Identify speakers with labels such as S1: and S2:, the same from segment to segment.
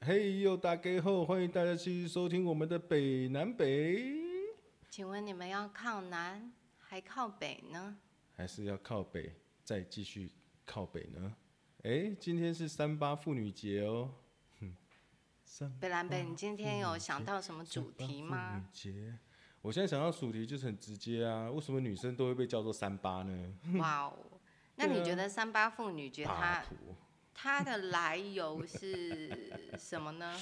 S1: 嘿呦，大家好，欢迎大家继续收听我们的北南北，
S2: 请问你们要靠南还靠北呢？
S1: 还是要靠北，再继续靠北呢？哎，今天是三八妇女节哦，哼，三
S2: 北南
S1: 嗯
S2: 北，你今天有想到什么主题
S1: 妇
S2: 吗
S1: 女？节，我现在想到主题就是很直接啊，为什么女生都会被叫做三八呢？
S2: 哇哦，那你
S1: 啊
S2: 觉得三八妇女节
S1: 八
S2: 它
S1: 婆。
S2: 它的来由是什么呢？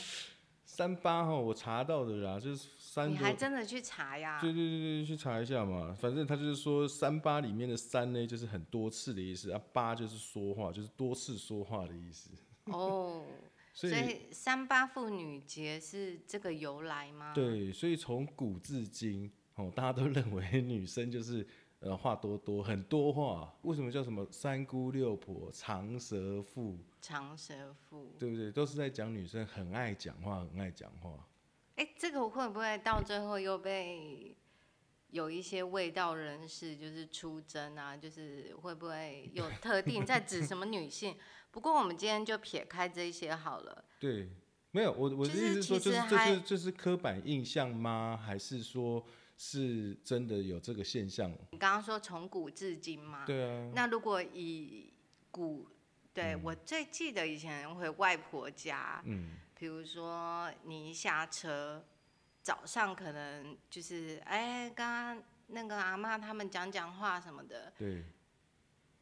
S1: 三八哈，我查到的啦，就是 三
S2: 你
S1: 个
S2: 还啊真的去查呀？
S1: 对对对对，去查一下嘛。反正他就是说三八里面的三呢，就是很多次的意思啊，八就是说话，就是多次说话的意思。
S2: 哦，
S1: 所
S2: 所
S1: 以
S2: 以三八妇女节是这个由来吗？，
S1: 对，所以从古至今，哦，大家都认为女生就是呃话多多，很多话。为什么叫什么三姑六婆、长舌妇，
S2: 长舌妇。
S1: 对不对？都是在讲女生很爱讲话，很爱讲话。
S2: 哎，这个会不会到最后又被有一些味道人士就是出征啊？就是会不会有特定在指什么女性？不过我们今天就撇开这些好了。
S1: 对，没有，我我的
S2: 就
S1: 意思是
S2: 是
S1: 说，
S2: 其
S1: 就是
S2: 实
S1: 这
S2: 还
S1: 是这是刻板印象吗？还是说是真的有这个现象？
S2: 你刚刚说从古至今嘛，
S1: 对啊，
S2: 那如果以古，对、我最记得以前回外婆家，
S1: 嗯，
S2: 比如说你一下车，早上可能就是哎，刚刚那个阿妈他们讲讲话什么的，
S1: 对，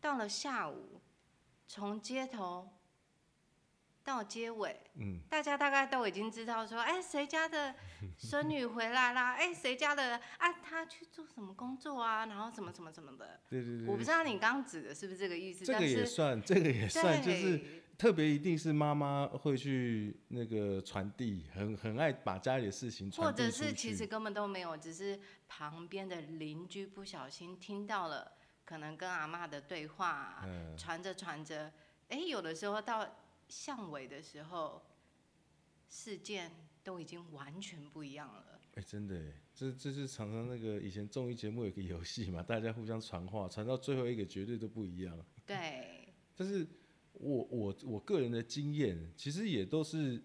S2: 到了下午，从街头到街尾，
S1: 嗯，
S2: 大家大概都已经知道说，哎，谁 家的孙女回来啦？哎，谁家的啊？她去做什么工作啊？然后什么什么什么的。
S1: 对对对。
S2: 我不知道你刚指的是不是这个意思，
S1: 嗯这个
S2: 但
S1: 也
S2: 是
S1: 算，这个也算，就是
S2: 对
S1: 特别一定是妈妈会去那个传递，很很爱把家里的事情
S2: 或
S1: 传递
S2: 者
S1: 出去。
S2: 是其实根本都没有，只是旁边的邻居不小心听到了，可能跟阿嬷的对话啊、
S1: 嗯
S2: 传着传着，哎，有的时候到巷尾的时候，事件都已经完全不一样了。
S1: 哎、真的耶，这这是常常那个以前综艺节目有个游戏嘛，大家互相传话，传到最后一个绝对都不一样。
S2: 对，
S1: 但是我我我个人的经验，其实也都是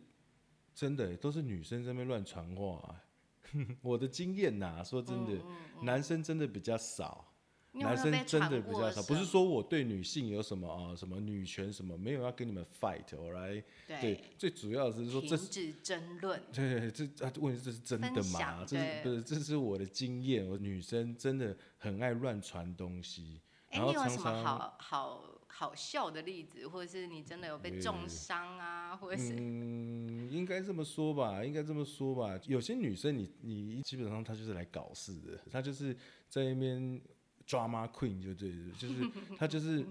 S1: 真的耶，都是女生在那边乱传话啊、 我的经验呐、说真
S2: 嗯
S1: 的，男生真的比较少。
S2: 你有没
S1: 男
S2: 有
S1: 生
S2: 被
S1: 真
S2: 传
S1: 的比
S2: 过
S1: 较少，不是
S2: 什么
S1: 说我对女性有什么啊、什么女权什么，没有要跟你们 fight，all right？对
S2: 对，
S1: 最主要的是说这
S2: 停
S1: 是
S2: 止争论，
S1: 对这啊，问题是这是真的
S2: 分
S1: 吗？
S2: 享
S1: 这是
S2: 对
S1: 不是这是我的经验，我女生真的很爱乱传东西，
S2: 哎，
S1: 然后
S2: 你有
S1: 常
S2: 什么
S1: 常
S2: 好好好笑的例子，或者是你真的有被重伤啊，或者是、
S1: 嗯，应该这么说吧，应该这么说吧。有些女生你，你基本上她就是来搞事的，她就是在那边 drama queen 就对了，就是 她就是、嗯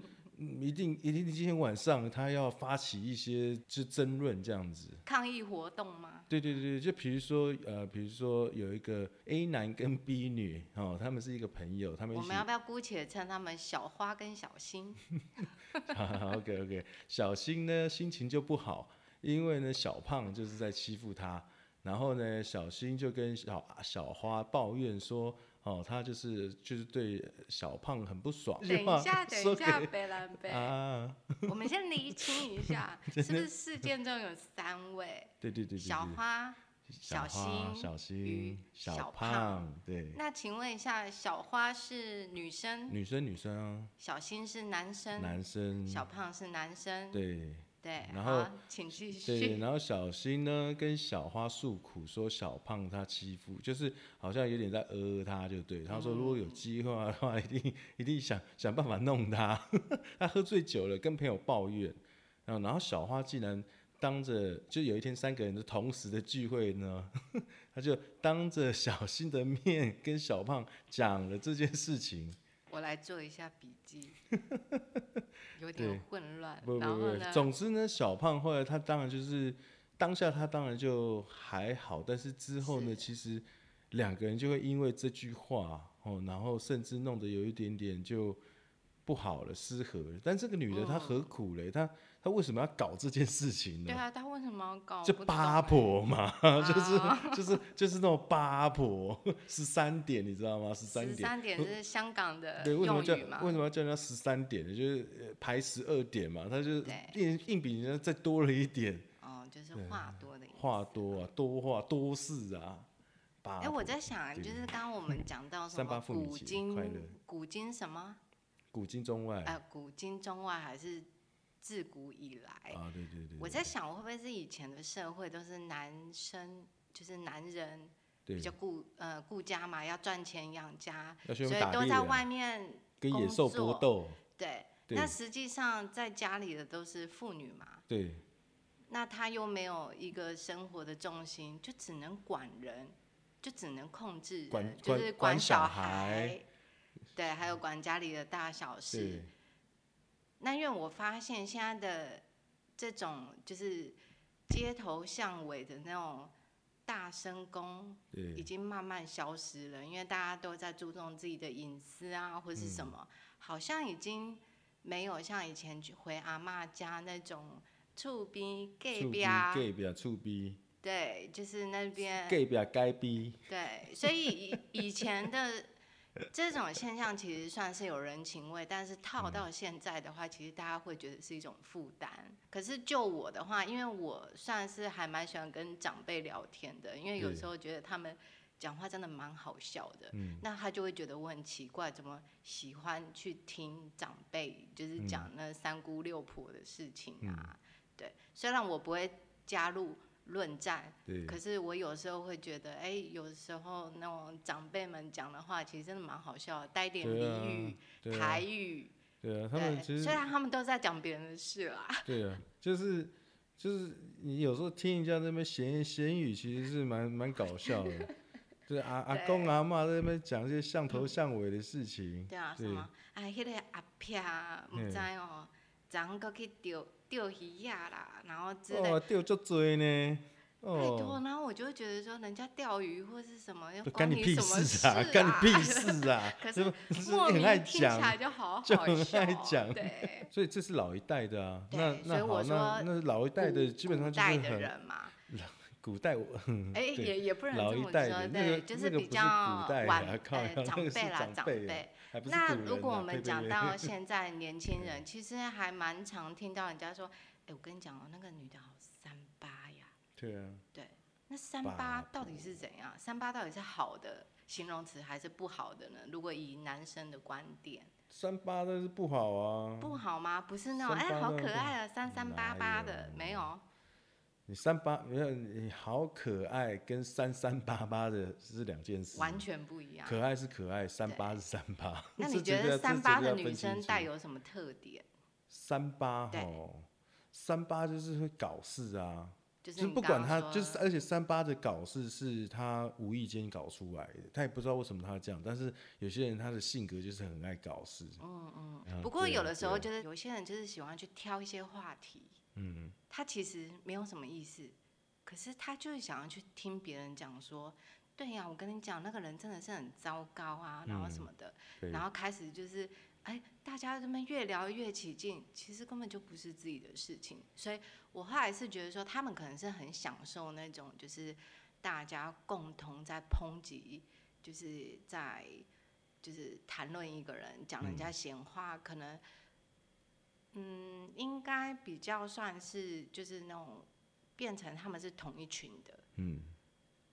S1: 一定一定今天晚上她要发起一些就争论这样子。
S2: 抗议活动吗？
S1: 对对对，就比如说呃，比如说有一个 A 男跟 B 女哦，他们是一个朋友，他们一
S2: 我
S1: 起
S2: 们要不要姑且称他们小花跟小 新？
S1: OK OK，小新呢心情就不好，因为呢小胖就是在欺负他，然后呢小新就跟小小花抱怨说，哦，他就是就是对小胖很不爽。
S2: 等一下，等一
S1: 说
S2: 下，
S1: 给
S2: 北兰北，
S1: 啊，
S2: 我们先厘清 一下，是不是事件中有三位？
S1: 对对对对对，
S2: 小花，
S1: 小
S2: 小
S1: 花
S2: 新
S1: 小
S2: 与
S1: 新、
S2: 小
S1: 胖，对，
S2: 那请问一下，小花是女生，
S1: 女生女生啊，
S2: 小新是男生，
S1: 男生，
S2: 小胖是男生，
S1: 对。
S2: 对，
S1: 然后
S2: 好，请继
S1: 对，
S2: 续。
S1: 然后小新呢跟小花诉苦说小胖他欺负，就是好像有点在呃呃他，就对。他
S2: 哦
S1: 说如果有机会的话， 一定一定想想办法弄他。 他喝醉酒了，跟朋友抱怨，然后然后小花竟然当着就有一天三个人的同时的聚会呢， 他就当着小新的面跟小胖讲了这件事情。
S2: 我来做一下笔 记，有
S1: 对
S2: 点混乱
S1: 不。
S2: 然
S1: 不
S2: 后
S1: 不
S2: 呢，，
S1: 总之呢，小胖后来他当然就是当下他当然就还好，但是之后呢，
S2: 是
S1: 其实两个人就会因为这句话哦，然后甚至弄得有一点点就不好了，失和了。但这个女的她何苦嘞？她她为什么要搞这件事情
S2: 哦对
S1: 呢？
S2: 啊，他为什么要搞？
S1: 就
S2: 我不懂
S1: 八
S2: 哎
S1: 婆嘛， 就是就是就是那种八 婆，十三点你知道吗？十三
S2: 十
S1: 点，
S2: 三点是香港的
S1: 对，为什么
S2: 呃用
S1: 叫
S2: 语嘛
S1: 为？什么要叫人家十三点呢？就是呃排十二点嘛，他就
S2: 对
S1: 硬硬比人家再多了一点。
S2: 哦，就是话多的意思。
S1: 话多啊，多话多事啊。八
S2: 哎，
S1: 婆
S2: 我在想，就
S1: 对
S2: 是刚刚我们讲到什
S1: 三八
S2: 么
S1: 妇女
S2: 古
S1: 节快乐
S2: 今，古今什么？
S1: 古今中外
S2: 呃，古今中外还是自古以来？
S1: 啊，对对对，
S2: 哎我
S1: 对
S2: 在想，会不会是以前的社会都是男生，就是男人
S1: 对
S2: 比较顾呃顾家嘛，要赚钱养家，
S1: 要学
S2: 所
S1: 我们
S2: 以
S1: 打
S2: 都
S1: 猎
S2: 在
S1: 啊，
S2: 外面
S1: 跟野
S2: 工
S1: 兽搏
S2: 作
S1: 斗，
S2: 对。
S1: 对
S2: 那实际上在家里的都是妇女嘛，
S1: 对
S2: 那她又没有一个生活的重心，就只能管人，就只能控制人，
S1: 管
S2: 就
S1: 管
S2: 是
S1: 管小
S2: 小
S1: 孩
S2: 对，还有管家里的大小事
S1: 对。，
S2: 那因为我发现现在的这种就是街头巷尾的那种大声公
S1: 对
S2: 已经慢慢消失了，因为大家都在注重自己的隐私啊，或是什
S1: 嗯
S2: 么，好像已经没有像以前去回阿嬷家那种醋逼 gay
S1: 触逼
S2: 逼啊，嗯
S1: gay 比啊，触逼
S2: 对，就是那边
S1: gay 比啊，该逼，
S2: 对，所以以以 前的这种现象其实算是有人情味，但是
S1: 嗯
S2: 套到现在的话，其实大家会觉得是一种负担。可是就我的话，因为我算是还蛮喜欢跟长辈聊天的，因为有
S1: 对
S2: 时候觉得他们讲话真的蛮好笑的，
S1: 嗯
S2: 那他就会觉得我很奇怪，怎么喜欢去听长辈就是
S1: 嗯
S2: 讲那三姑六婆的事情啊？对，虽然我不会加入论战，
S1: 对
S2: 可是我有时候会觉得，哎、有时候那种长辈们讲的话，其实真的蛮好笑的，带一点
S1: 对啊
S2: 俚语、
S1: 对啊
S2: 台语，
S1: 对啊，他们其
S2: 对，
S1: 实
S2: 虽然他们都在讲别人的事啦，
S1: 对啊，就是就是你有时候听人家那边闲闲语，其实是蛮蛮搞笑的。就是阿阿公阿嬷在那边讲一些像头像尾的事情，
S2: 对啊，什
S1: 对
S2: 么哎，迄、个阿撇啊，毋
S1: 嗯
S2: 知哦，昨昏搁去钓钓鱼啊啦，然后之类
S1: 哦，钓足多呢，
S2: 太
S1: 哦，
S2: 多，然后我就会觉得说，人家钓鱼或是什么，又
S1: 都
S2: 关
S1: 你屁
S2: 什么
S1: 事啊， 干你屁 事啊！
S2: 可
S1: 这
S2: 是
S1: 不这
S2: 莫
S1: 你
S2: 名
S1: 很爱
S2: 听起来
S1: 讲，
S2: 就好
S1: 就
S2: 好
S1: 很
S2: 笑
S1: 爱
S2: 哦
S1: 讲
S2: 对，
S1: 所以这是老一代的啊。
S2: 对
S1: 那
S2: 所以
S1: 那好，
S2: 我
S1: 那
S2: 说
S1: 那老一代的基本上
S2: 古
S1: 就
S2: 代
S1: 是
S2: 的
S1: 很
S2: 人嘛，
S1: 古代我
S2: 哎，
S1: 嗯对
S2: 也也不能
S1: 老
S2: 这
S1: 一
S2: 么
S1: 代
S2: 说，
S1: 的那个
S2: 对，就
S1: 那个
S2: 比
S1: 不是
S2: 较
S1: 古代
S2: 晚
S1: 啊，靠
S2: 呃
S1: 腰那
S2: 长
S1: 个是
S2: 辈啦，
S1: 长
S2: 长
S1: 辈啊
S2: 辈。
S1: 还不是
S2: 那
S1: 古
S2: 如
S1: 人
S2: 果
S1: 啊
S2: 我们
S1: 呸呸
S2: 讲
S1: 呸
S2: 到现在年轻人，其实还蛮常听到人家说，哎，我跟你讲哦，那个女的好三八呀，
S1: 对啊，
S2: 那三
S1: 八
S2: 八到底是怎样？三八到底是好的形容词还是不好的呢？如果以男生的观点，
S1: 三八那是不好啊。
S2: 不好吗？不是那种
S1: 三
S2: 哎
S1: 八
S2: 好
S1: 当然
S2: 可
S1: 不好
S2: 爱啊，三三八八的
S1: 哪
S2: 没有。
S1: 你三八没有，你好可爱跟三三八八的是两件事。
S2: 完全不一样。
S1: 可爱是可爱，三
S2: 对
S1: 八是三八。
S2: 那
S1: 这
S2: 你
S1: 绝
S2: 觉
S1: 对要
S2: 得
S1: 这
S2: 三
S1: 绝
S2: 八
S1: 对
S2: 的
S1: 要
S2: 女
S1: 分清
S2: 生
S1: 楚
S2: 带有什么特点？
S1: 三八
S2: 对
S1: 吼，三八就是会搞事啊。
S2: 就是
S1: 就是
S2: 你
S1: 不
S2: 刚
S1: 管
S2: 刚
S1: 他，
S2: 说
S1: 就是而且三八的搞事是他无意间搞出来的，他也不知道为什么他这样。但是有些人他的性格就是很爱搞事，
S2: 嗯
S1: 啊
S2: 嗯。不过
S1: 对啊
S2: 有的时候
S1: 对
S2: 就是有些人就是喜欢去挑一些话题，
S1: 嗯，
S2: 他其实没有什么意思，可是他就是想要去听别人讲说。对呀、我跟你讲，那个人真的是很糟糕啊，然后什
S1: 嗯
S2: 么的，
S1: 对
S2: 然后开始就是，哎，大家这么越聊越起劲，其实根本就不是自己的事情，所以我后来是觉得说，他们可能是很享受那种，就是大家共同在抨击，就是在就是谈论一个人，讲人家
S1: 嗯
S2: 闲话，可能嗯，应该比较算是就是那种变成他们是同一群的。
S1: 嗯，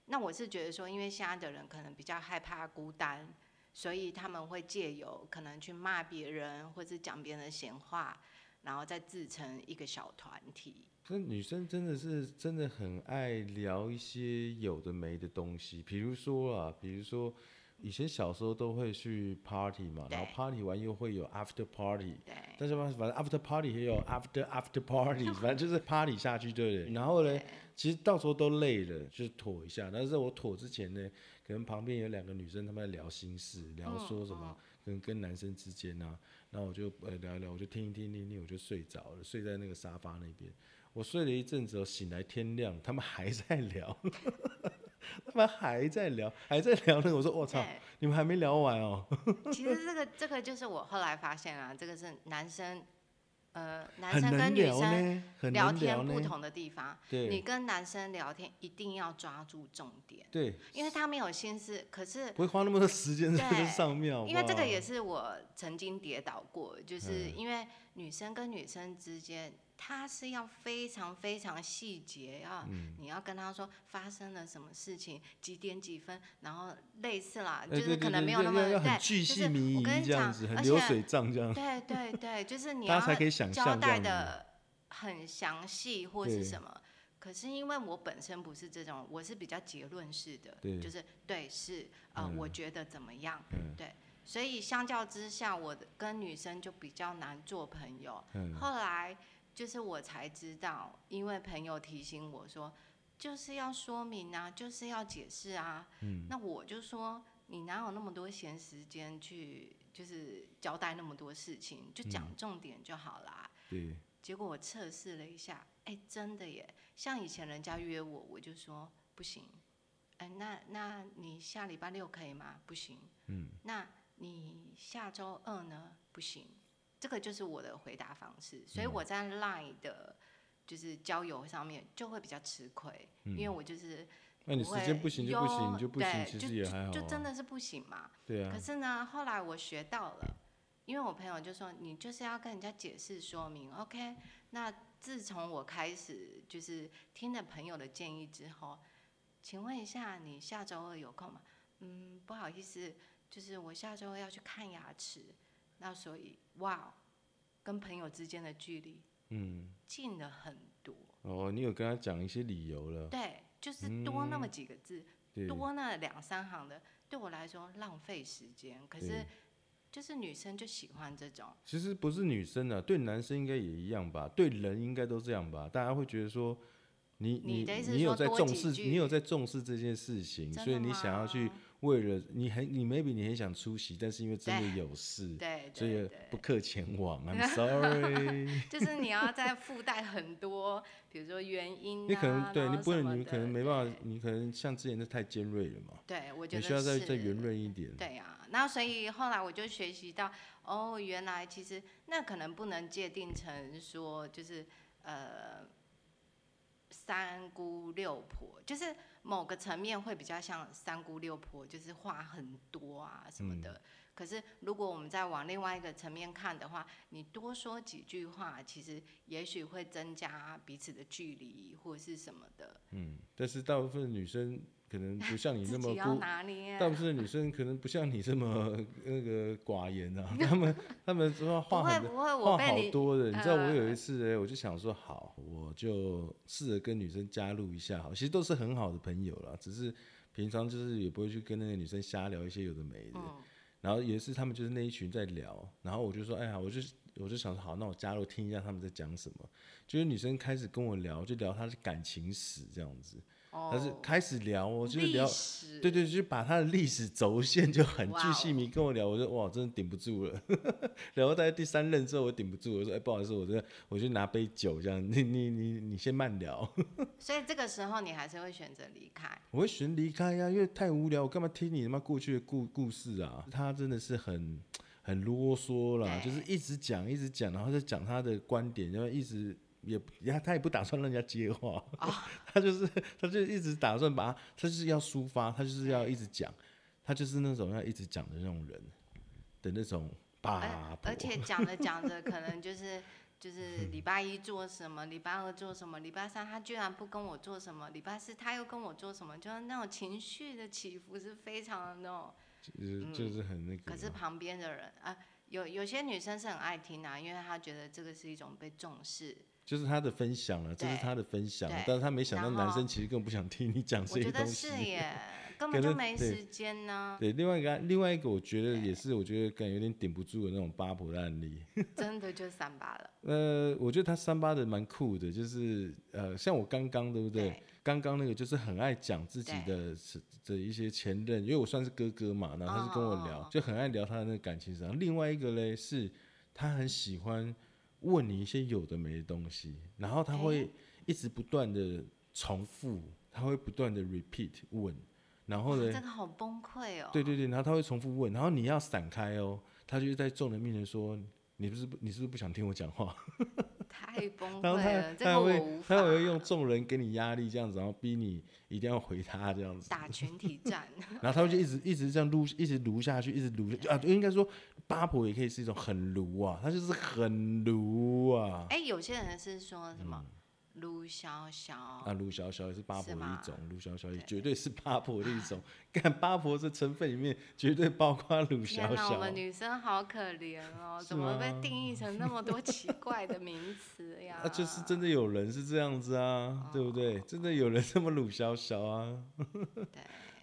S2: 那我是觉得说，因为现在的人可能比较害怕孤单，所以他们会借由可能去骂别人，或是讲别人的闲话，然后再自成一个小团体。
S1: 这女生真的是真的很爱聊一些有的没的东西，比如说啊，比如说以前小时候都会去 party 嘛，然后
S2: 对
S1: party 完又会有 after party，
S2: 对，
S1: 但是嘛，反正 after party 也有 after after party，反正就是 party 下去，对不对？然后呢
S2: 对，
S1: 其实到时候都累了，就是妥一下。但是在我妥之前呢，可能旁边有两个女生，她们在聊心事，聊说什
S2: 嗯
S1: 么、跟跟男生之间啊，然后我就呃聊一聊，我就听一听听一听，我就睡着了，睡在那个沙发那边。我睡了一阵子哦，醒来天亮，他们还在聊， 他们还在聊，还在聊呢。我说我操，
S2: 对
S1: 你们还没聊完哦。
S2: 其实这个这个就是我后来发现啊，这个是男生，呃，男
S1: 很
S2: 生
S1: 能
S2: 跟女
S1: 聊
S2: 生
S1: 呢，很
S2: 聊
S1: 能
S2: 天
S1: 呢
S2: 不同的地方。
S1: 对
S2: 你跟男生聊天一定要抓住重点，
S1: 对，
S2: 因为他没有心思，可是
S1: 不会花那么多时间在这
S2: 对
S1: 上面好不好，嗯
S2: 因为这个也是我曾经跌倒过，就是因为女生跟女生之间，他是要非常非常细节啊，
S1: 嗯
S2: 你要跟他说发生了什么事情，几点几分，然后类似啦，
S1: 哎
S2: 就是
S1: 对
S2: 可
S1: 对
S2: 能
S1: 对
S2: 没有那
S1: 要
S2: 么
S1: 要
S2: 对，
S1: 很
S2: 就
S1: 巨细
S2: 是
S1: 靡
S2: 我跟
S1: 遗
S2: 你
S1: 这样
S2: 讲
S1: 子，很
S2: 而
S1: 流
S2: 且
S1: 水 账这样，
S2: 对对对，就是你
S1: 大
S2: 要
S1: 家才可以想
S2: 交
S1: 象这
S2: 代
S1: 样子。
S2: 的很详细或
S1: 对
S2: 是什么。可是因为我本身不是这种，我是比较结论式的
S1: 对，
S2: 就是对是呃，
S1: 嗯
S2: 我觉得怎么样，
S1: 嗯
S2: 对。所以相较之下，我的跟女生就比较难做朋友。
S1: 嗯，
S2: 后来就是我才知道，因为朋友提醒我说，就是要说明啊，就是要解释啊。
S1: 嗯
S2: 那我就说，你哪有那么多闲时间去就是交代那么多事情，就
S1: 嗯
S2: 讲重点就好啦。
S1: 对，
S2: 结果我测试了一下，哎，真的耶！像以前人家约我，我就说不行，哎，那那你下礼拜六可以吗？不行，
S1: 嗯，
S2: 那你下周二呢？不行，这个就是我的回答方
S1: 嗯
S2: 式，所以我在 Line 的。就是交友上面就会比较吃亏，
S1: 嗯
S2: 因为我就是
S1: 那你时
S2: 不会
S1: 间不行就不行，
S2: 有
S1: 就不行，
S2: 对
S1: 其
S2: 就
S1: 实也还好、啊
S2: 就真的是不行嘛。
S1: 对啊
S2: 可，是呢，后来我学到了，因为我朋友就说，你就是要跟人家解释说明，OK？那自从我开始就是听了朋友的建议之后，请问一下，你下周二有空吗？嗯，不好意思，就是我下周二要去看牙齿，那所以哇，哦跟朋友之间的距离
S1: 嗯，
S2: 近了很多，
S1: 哦，你有跟他讲一些理由了，
S2: 对，就是多那么几个字，
S1: 对，
S2: 多那两三行的，对我来说浪费时间。可是
S1: 对，
S2: 就是女生就喜欢这种，
S1: 其实不是女生啊，对男生应该也一样吧，对人应该都这样吧，大家会觉得说。你
S2: 你
S1: 你
S2: 的意思是
S1: 你有
S2: 说
S1: 在
S2: 多
S1: 重
S2: 几
S1: 视，
S2: 句
S1: 你有在重视这件事情，嗯
S2: 真
S1: 所以
S2: 的
S1: 你想要去
S2: 吗
S1: 为了你很你 maybe 你很想出席，但是因为真的
S2: 对
S1: 有事，
S2: 对
S1: 所以
S2: 对
S1: 不
S2: 对，
S1: 客前往。I'm sorry，
S2: 就是你要再附带很多，比如说原因、啊，
S1: 你可能对
S2: 然
S1: 你
S2: 后
S1: 不
S2: 什
S1: 能，
S2: 么
S1: 你可
S2: 的
S1: 能没办法，你可能像之前那太尖锐了嘛，
S2: 对，我觉
S1: 你
S2: 得
S1: 需要再再
S2: 是
S1: 圆润一点。
S2: 对呀、那所以后来我就学习到，哦，原来其实那可能不能界定成说就是呃三姑六婆，就是某个层面会比较像三姑六婆，就是话很多啊什么
S1: 嗯
S2: 的。可是如果我们再往另外一个层面看的话，你多说几句话，其实也许会增加彼此的距离或是什么的，
S1: 嗯，但是大部分女生可能不像你
S2: 自
S1: 那么
S2: 己要
S1: 孤，
S2: 拿捏。
S1: 大部分女生可能不像你这 么那个寡言啊，她们她们说
S2: 不
S1: 话
S2: 会
S1: 很多
S2: 不会，我
S1: 话
S2: 被
S1: 好
S2: 你
S1: 多的，你知道我有一
S2: 呃
S1: 次哎、我就想说好，我就试着跟女生加入一下，好，其实都是很好的朋友啦，只是平常就是也不会去跟那个女生瞎聊一些有的没的，
S2: 嗯
S1: 然后也是他们就是那一群在聊，然后我就说，哎呀，我就我就想说，好，那我加入听一下他们在讲什么。就是女生开始跟我聊，就聊她的感情史这样子，
S2: 哦，
S1: 但是开始聊哦，就是
S2: 历
S1: 聊，
S2: 史
S1: 对对，就把她的历史轴线就很
S2: 哇
S1: 巨细靡跟我聊，我说哇，真的顶不住了。 然后大概第三任之后，我顶不住，我说哎，不好意思，我这我去拿杯酒这样，你你你你先慢聊。
S2: 所以这个时候你还是会选择离开。
S1: 我会选离开呀、因为太无聊，我干嘛听你他妈过去的故故事啊？他真的是很很啰嗦啦，
S2: 嗯
S1: 就
S2: 对
S1: 是一直讲一直讲，然后再讲他的观点，然后一直也他他也不打算让人家接话，
S2: 哦
S1: 他就是他就一直打算把他他就是要抒发，他就是要一直讲，他就是那种要一直讲的那种人的那种八
S2: 而
S1: 婆
S2: 哎而，且讲着讲着，可能就是就是礼拜一做什么，礼拜二做什么，礼拜三他居然不跟我做什么，礼拜四他又跟我做什么，就是那种情绪的起伏是非常的那种。
S1: 就是就是很那个
S2: 嗯可
S1: 啦。
S2: 是旁边的人啊、有有些女生是很爱听啊，因为她觉得这个是一种被重视。
S1: 就是他的分享了，这是
S2: 对
S1: 他的分享啊
S2: 对，
S1: 但是他没想到
S2: 然
S1: 男
S2: 后
S1: 生其实根本不想听你讲这
S2: 我
S1: 些
S2: 觉得
S1: 东西。
S2: 是耶，根本就
S1: 能
S2: 没
S1: 对
S2: 时间呢、
S1: 对，另外一个案另外一个，我觉得也是，我觉得感觉有点顶不住的那种八婆的案例。
S2: 真的就三八了。
S1: 呃，我觉得他三八的蛮酷的，就是呃，像我刚刚 对不对？
S2: 对
S1: 刚刚那个就是很爱讲自己
S2: 对
S1: 的是的一些前任，因为我算是哥哥嘛，然后他是跟我聊，
S2: 哦哦哦
S1: 就很爱聊他的那个感情史。然后另外一个嘞是，他很喜欢问你一些有的没的东西，然后他
S2: 哎
S1: 会一直不断的重复，他会不断的 repeat 问，然后
S2: 哇
S1: 呢，
S2: 这个啊好崩溃哦。
S1: 对对对，然后他会重复问，然后你要闪开哦，他就在众人面前说：“你不是不你是不是不想听我讲话？”
S2: 太 崩
S1: 然后
S2: 溃
S1: 他
S2: 啊了，这
S1: 他还
S2: 个我
S1: 会
S2: 无法
S1: 他。还会用众人给你压力这样子，然后逼你一定要回他这样 子，
S2: 打群体 战，
S1: 然后他们就一直一直这样撸，一直撸下去，一直撸下啊，应该说八婆也可以是一种很撸啊，他就是很撸啊，
S2: 哎、有些人是说什么
S1: 嗯
S2: 卢潇
S1: 啊，
S2: 潇，
S1: 卢小小也是八
S2: 哎是
S1: 婆的
S2: 吗
S1: 一种，卢小小也绝对是八婆的一种， 干八婆这成分里面绝对包括 卢小
S2: 天哪，我
S1: 小
S2: 们，女生好可怜哦，
S1: 是
S2: 怎么被
S1: 吗
S2: 定义成那 么多奇怪的名词呀？
S1: 啊，就是真的有人是这样子啊，
S2: 哦
S1: 对不对？真的有人这么鲁小小啊，
S2: 对，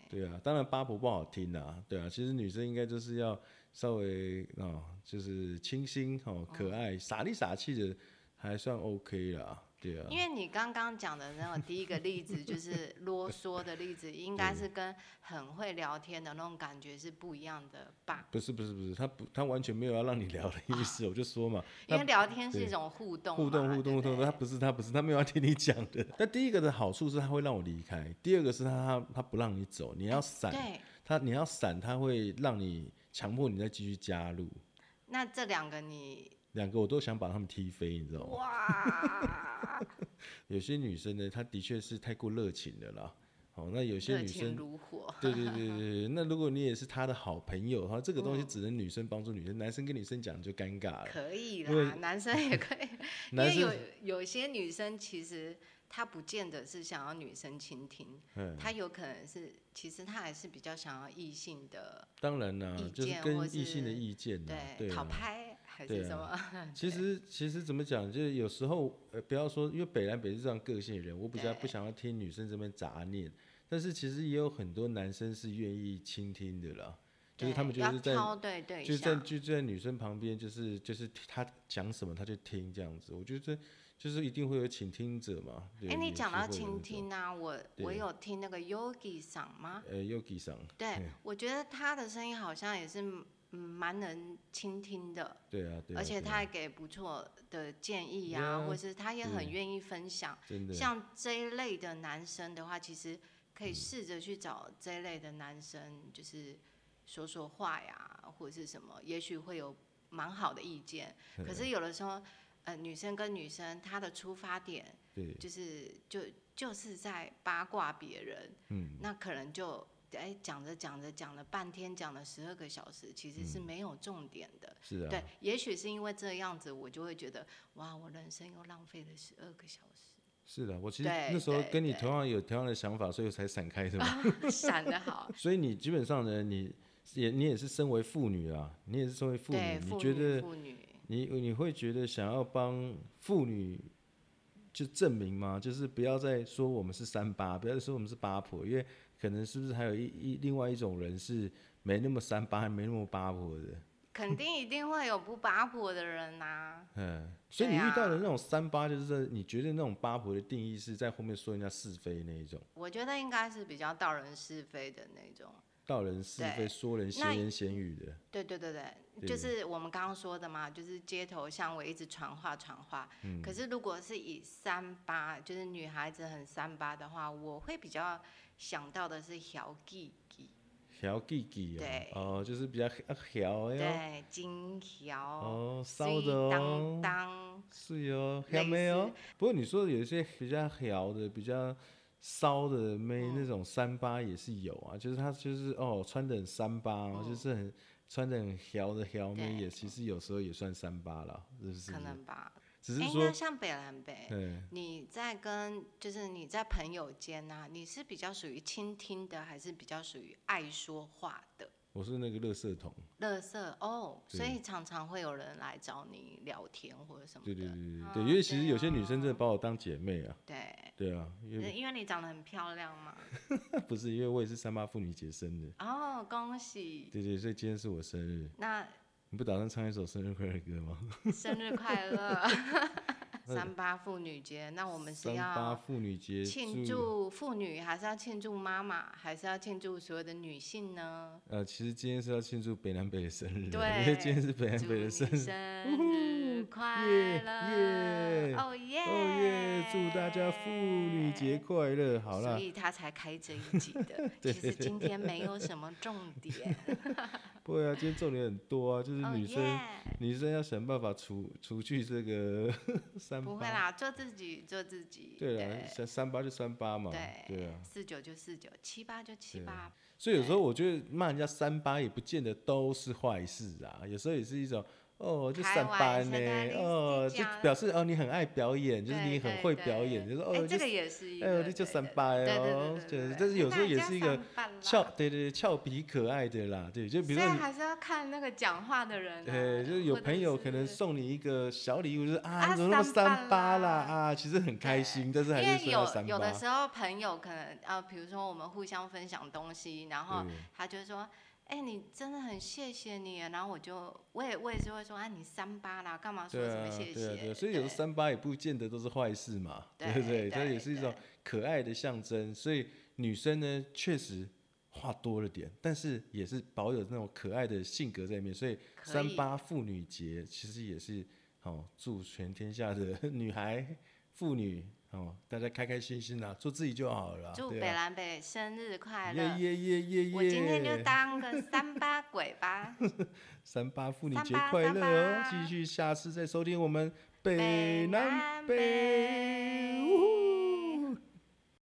S1: 对啊，当然八婆不好听啊，对啊，其实女生应该就是要稍微哦，就是清新哦，可爱、傻里傻气的，还算 OK 啦，对啊，
S2: 因为你刚刚讲的那种第一个例子，就是啰嗦的例子，应该是跟很会聊天的那种感觉是不一样的吧？
S1: 不是不是不是，他不他完全没有要让你聊的意 思，我就说嘛，
S2: 因
S1: 那
S2: 为聊天是一
S1: 对
S2: 种互动嘛，
S1: 互动互动互
S2: 对
S1: 动，
S2: 不对
S1: 他不是他不是他没有要听你讲的。 但第一个的好处是他会让我离开，第二个是他他他不让你走，你要闪，
S2: 对，
S1: 他你要闪，他会让你强迫你再继续加入。
S2: 那这两个你
S1: 两个我都想把他们踢飞，你知道吗？
S2: 哇，
S1: 有些女生呢，她的确是太过热情了啦。哦，那 有些
S2: 热
S1: 女
S2: 情
S1: 生，
S2: 如火，
S1: 对对对对 对，那如果你也是她的好朋友的话，这个
S2: 嗯
S1: 东西只能女生帮助女生，男生跟女生讲就尴尬了。
S2: 可以
S1: 因为
S2: 啦，男生也可以，因
S1: 男
S2: 为有
S1: 生，
S2: 有些女生其实她不见得是想要女生倾听，
S1: 嗯，
S2: 她有可能是其实她还是比较想要异性的
S1: 当然啦
S2: 意，
S1: 就是
S2: 见
S1: 跟
S2: 或
S1: 异性的
S2: 是
S1: 意见呐，
S2: 对
S1: 对
S2: 讨
S1: 啊。
S2: 拍还
S1: 对啊
S2: 是什么？
S1: 其实其实怎么讲，就是有时候呃，不要说，因为北南北是这样个性的人，我比较不想要听女生这边杂念，但是其实也有很多男生是愿意倾听的啦，就是他
S2: 对
S1: 们就
S2: 要
S1: 是在
S2: 挑对对
S1: 就是在
S2: 象，
S1: 就在女生旁边，就是就是他讲什么他就听这样子，我觉得就是一定会有倾听者嘛。对
S2: 哎，你
S1: 也
S2: 讲
S1: 是
S2: 到
S1: 会有
S2: 倾
S1: 那种，
S2: 听啊，我我
S1: 对
S2: 有听那个 Yogi 嗓吗？
S1: 呃，Yogi 上，
S2: 对
S1: 嘿，
S2: 我觉得他的声音好像也是嗯蛮能倾听的，
S1: 对啊，对啊，
S2: 而且
S1: 对
S2: 他
S1: 啊
S2: 还给不错的建议
S1: 对
S2: 啊，
S1: 啊
S2: 或是他也
S1: 对
S2: 很愿意分享。
S1: 真的
S2: 像这一类的男生的话，其实可
S1: 嗯
S2: 以试着去找这一类的男生，就是说说话呀，或者是什么，也许会有蛮好的意见。可是有的时候，呃，女生跟女生她的出发点
S1: 对，
S2: 就是就就是在八卦别人，
S1: 嗯，
S2: 那可能就哎讲着讲着讲了半天，讲了十二个小时，其实是没有重点的。
S1: 是嗯啊，
S2: 对，也许是因为这样子，我就会觉得哇，我人生又浪费了十二个小时。
S1: 是的，我其实
S2: 对
S1: 那时候
S2: 对
S1: 跟你
S2: 对
S1: 同样有同样的想法，所以我才闪开的嘛。。
S2: 闪得好
S1: 所以你基本上呢，你也你也是身为妇女啊，你也是身为 妇
S2: 对，
S1: 女，
S2: 妇
S1: 你觉
S2: 女
S1: 得
S2: 妇女，
S1: 你你会觉得想要帮妇女就证明吗？就是不要再说我们是三八，不要再说我们是八婆，因为可能是不是还有一一另外一种人是没那么三八，还没那么八婆的，
S2: 肯定一定会有不八婆的人呐、
S1: 嗯。所以你
S2: 对
S1: 遇到的
S2: 啊
S1: 那种三八，就是你觉得那种八婆的定义是在后面说人家是非那一种，
S2: 我觉得应该是比较道人是非的那种。
S1: 道人是
S2: 对
S1: 非，说人
S2: 那
S1: 闲言闲语的，
S2: 对对对对，
S1: 对
S2: 就是我们刚刚说的嘛，就是街头巷尾一直传话传话。
S1: 嗯
S2: 可是如果是以三八，就是女孩子很三八的话，我会比较想到的是小弟弟，
S1: 调弟弟
S2: 对
S1: 哦，哦，就是比较调哎呦。
S2: 对，金条，
S1: 哦，烧
S2: 水
S1: 的
S2: 当
S1: 哦，
S2: 当，
S1: 是哦，
S2: 类
S1: 还没哦
S2: 似。
S1: 不过你说的有一些比较聊的、比较骚的妹，那种三八也是有啊，就是她就是哦，穿的很三八哦，就是很穿的很撩的撩妹，
S2: 对
S1: 也其实有时候也算三八了，是不是？
S2: 可能吧。
S1: 只是
S2: 哎，
S1: 说
S2: 那，像北兰北，
S1: 嗯，
S2: 你在跟就是你在朋友间呐、你是比较属于倾听的，还是比较属于爱说话的？
S1: 我是那个垃圾桶，
S2: 乐色哦，
S1: 对
S2: 所以常常会有人来找你聊天或者什么
S1: 对
S2: 的。
S1: 对对对对，
S2: 啊
S1: 对，因为其实
S2: 对
S1: 有些女生真的
S2: 啊
S1: 把我当姐妹啊，
S2: 对
S1: 对啊，因为
S2: 因为你长得很漂亮嘛。
S1: 不是因为我也是三八妇女节生的，
S2: 哦，恭喜！
S1: 对对，所以今天是我生日，
S2: 那
S1: 你不打算唱一首生日快乐歌吗？
S2: 生日 快乐！三八妇女节，那我们是
S1: 三八
S2: 要
S1: 妇女节
S2: 庆
S1: 祝
S2: 祝妇女，还是要庆祝妈妈，还是要庆祝所有的女性呢？
S1: 呃，其实今天是要庆祝北南北的生日的，
S2: 对
S1: 因为今天是北南
S2: 祝
S1: 北
S2: 你
S1: 的生
S2: 生
S1: 日。
S2: 日快
S1: 耶
S2: 乐！
S1: 耶
S2: 哦耶！
S1: 哦耶！祝大家妇女节！快乐！好
S2: 所
S1: 啦，
S2: 以他才开这一集的。其实今天没有什么重点，
S1: 不会啊，今天重点很多啊， 就是
S2: 哦
S1: 女生、
S2: 耶
S1: 女生要想办法除除去这个 三
S2: 不会
S1: 八，
S2: 啦，做自己，做自己。
S1: 对啊，三三八就三八嘛，
S2: 对
S1: 对啊，
S2: 四九就四九，七八就七
S1: 对
S2: 八。
S1: 所以有时候我觉得骂人家三八也不见得都是坏事啊，有时候也是一种哦，就
S2: 开
S1: 三八
S2: 玩笑啊
S1: 呢
S2: 的你，
S1: 哦，
S2: 自己
S1: 就
S2: 讲
S1: 表示哦你很爱表演，就是
S2: 啊对
S1: 你很
S2: 对
S1: 会
S2: 对
S1: 表演，就是
S2: 哎
S1: 哦
S2: 这
S1: 就
S2: 个
S1: 是
S2: 也是一
S1: 哎
S2: 个，
S1: 我就叫
S2: 对
S1: 三
S2: 对
S1: 八
S2: 对对
S1: 哦
S2: 对
S1: 对
S2: 对，
S1: 但是有时候也是一个俏，
S2: 翘，
S1: 对对对，俏皮可爱的啦，对，就比
S2: 所
S1: 如
S2: 以
S1: 说你。
S2: 还是要看那个讲话的人啊。
S1: 对，就是有
S2: 或者
S1: 朋友可能
S2: 是
S1: 送你一个小礼物，就是啊，
S2: 啊
S1: 你怎么那么
S2: 三
S1: 三八
S2: 八
S1: 啦
S2: 啦
S1: 啊，其实很开心，但是还
S2: 因
S1: 是
S2: 为
S1: 说要
S2: 有
S1: 三
S2: 有
S1: 八
S2: 的。时候朋友可能呃，比如说我们互相分享东西，然后
S1: 对
S2: 他就说：“哎、你真的很谢谢你。”然后我就我也我也是会说：“啊，你三八啦，干嘛说
S1: 对
S2: 什么
S1: 啊
S2: 谢，谢？”
S1: 对啊，对啊，所以有的
S2: 对
S1: 三八也不见得都是坏事嘛，对
S2: 对
S1: 不对？
S2: 对
S1: 它也是一种可爱的象征。所以女生呢，确实话多了点，但是也是保有那种可爱的性格在里面。所以
S2: 可
S1: 三
S2: 以
S1: 八妇女节其实也是哦，祝全天下的 女孩、妇女哦，大家开开心心啦、做自己就好了啦。
S2: 祝
S1: 对
S2: 北
S1: 啊
S2: 兰北生日快乐！
S1: 耶耶耶耶耶！
S2: 我今天就当个三八鬼吧。
S1: 三八妇女
S2: 三
S1: 节
S2: 八
S1: 快
S2: 三
S1: 乐哦！
S2: 八
S1: 继续下次再收听我们
S2: 北
S1: 北南
S2: 南
S1: 北。
S2: 北
S1: 呜呼